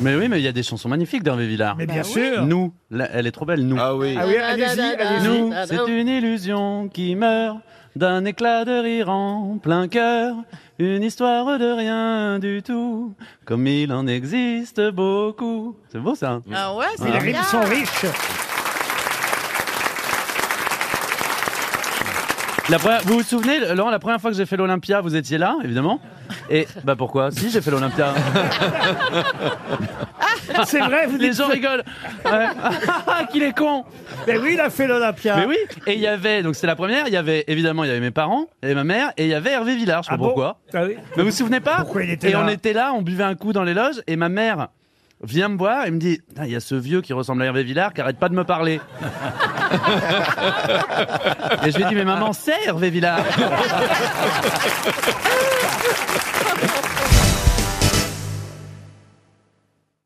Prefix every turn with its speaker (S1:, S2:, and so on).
S1: Mais oui, mais il y a des chansons magnifiques d'Hervé Villard.
S2: Mais bien sûr.
S1: Nous, là, elle est trop belle, nous.
S3: Ah oui.
S2: Bah Ah oui, allez-y, allez-y.
S1: Nous, c'est une illusion qui meurt d'un éclat de rire en plein cœur, une histoire de rien du tout, comme il en existe beaucoup. C'est beau ça hein.
S4: Ah ouais, c'est
S2: Les
S4: bien.
S2: rimes sont riches.
S1: La première- Vous vous souvenez, Laurent, la première fois que j'ai fait l'Olympia, vous étiez là, évidemment. Et bah pourquoi Si, j'ai fait l'Olympia.
S2: C'est vrai, vous
S1: Les
S2: dites.
S1: gens rigolent. Ouais. Ah, Qu'il est con
S2: Mais oui, il a fait l'Olympia.
S1: Mais oui, et il y avait, donc c'est la première, il y avait évidemment, il y avait mes parents et ma mère, et il y avait Hervé Villard, je sais
S2: Ah
S1: pas
S2: bon
S1: pourquoi.
S2: Ah oui.
S1: Mais vous vous souvenez pas
S2: Pourquoi il était
S1: Et
S2: là
S1: on était là, on buvait un coup dans les loges, et ma mère vient me voir et me dit Putain, Il y a ce vieux qui ressemble à Hervé Villard qui arrête pas de me parler. et je lui ai dit Mais maman, c'est Hervé Villard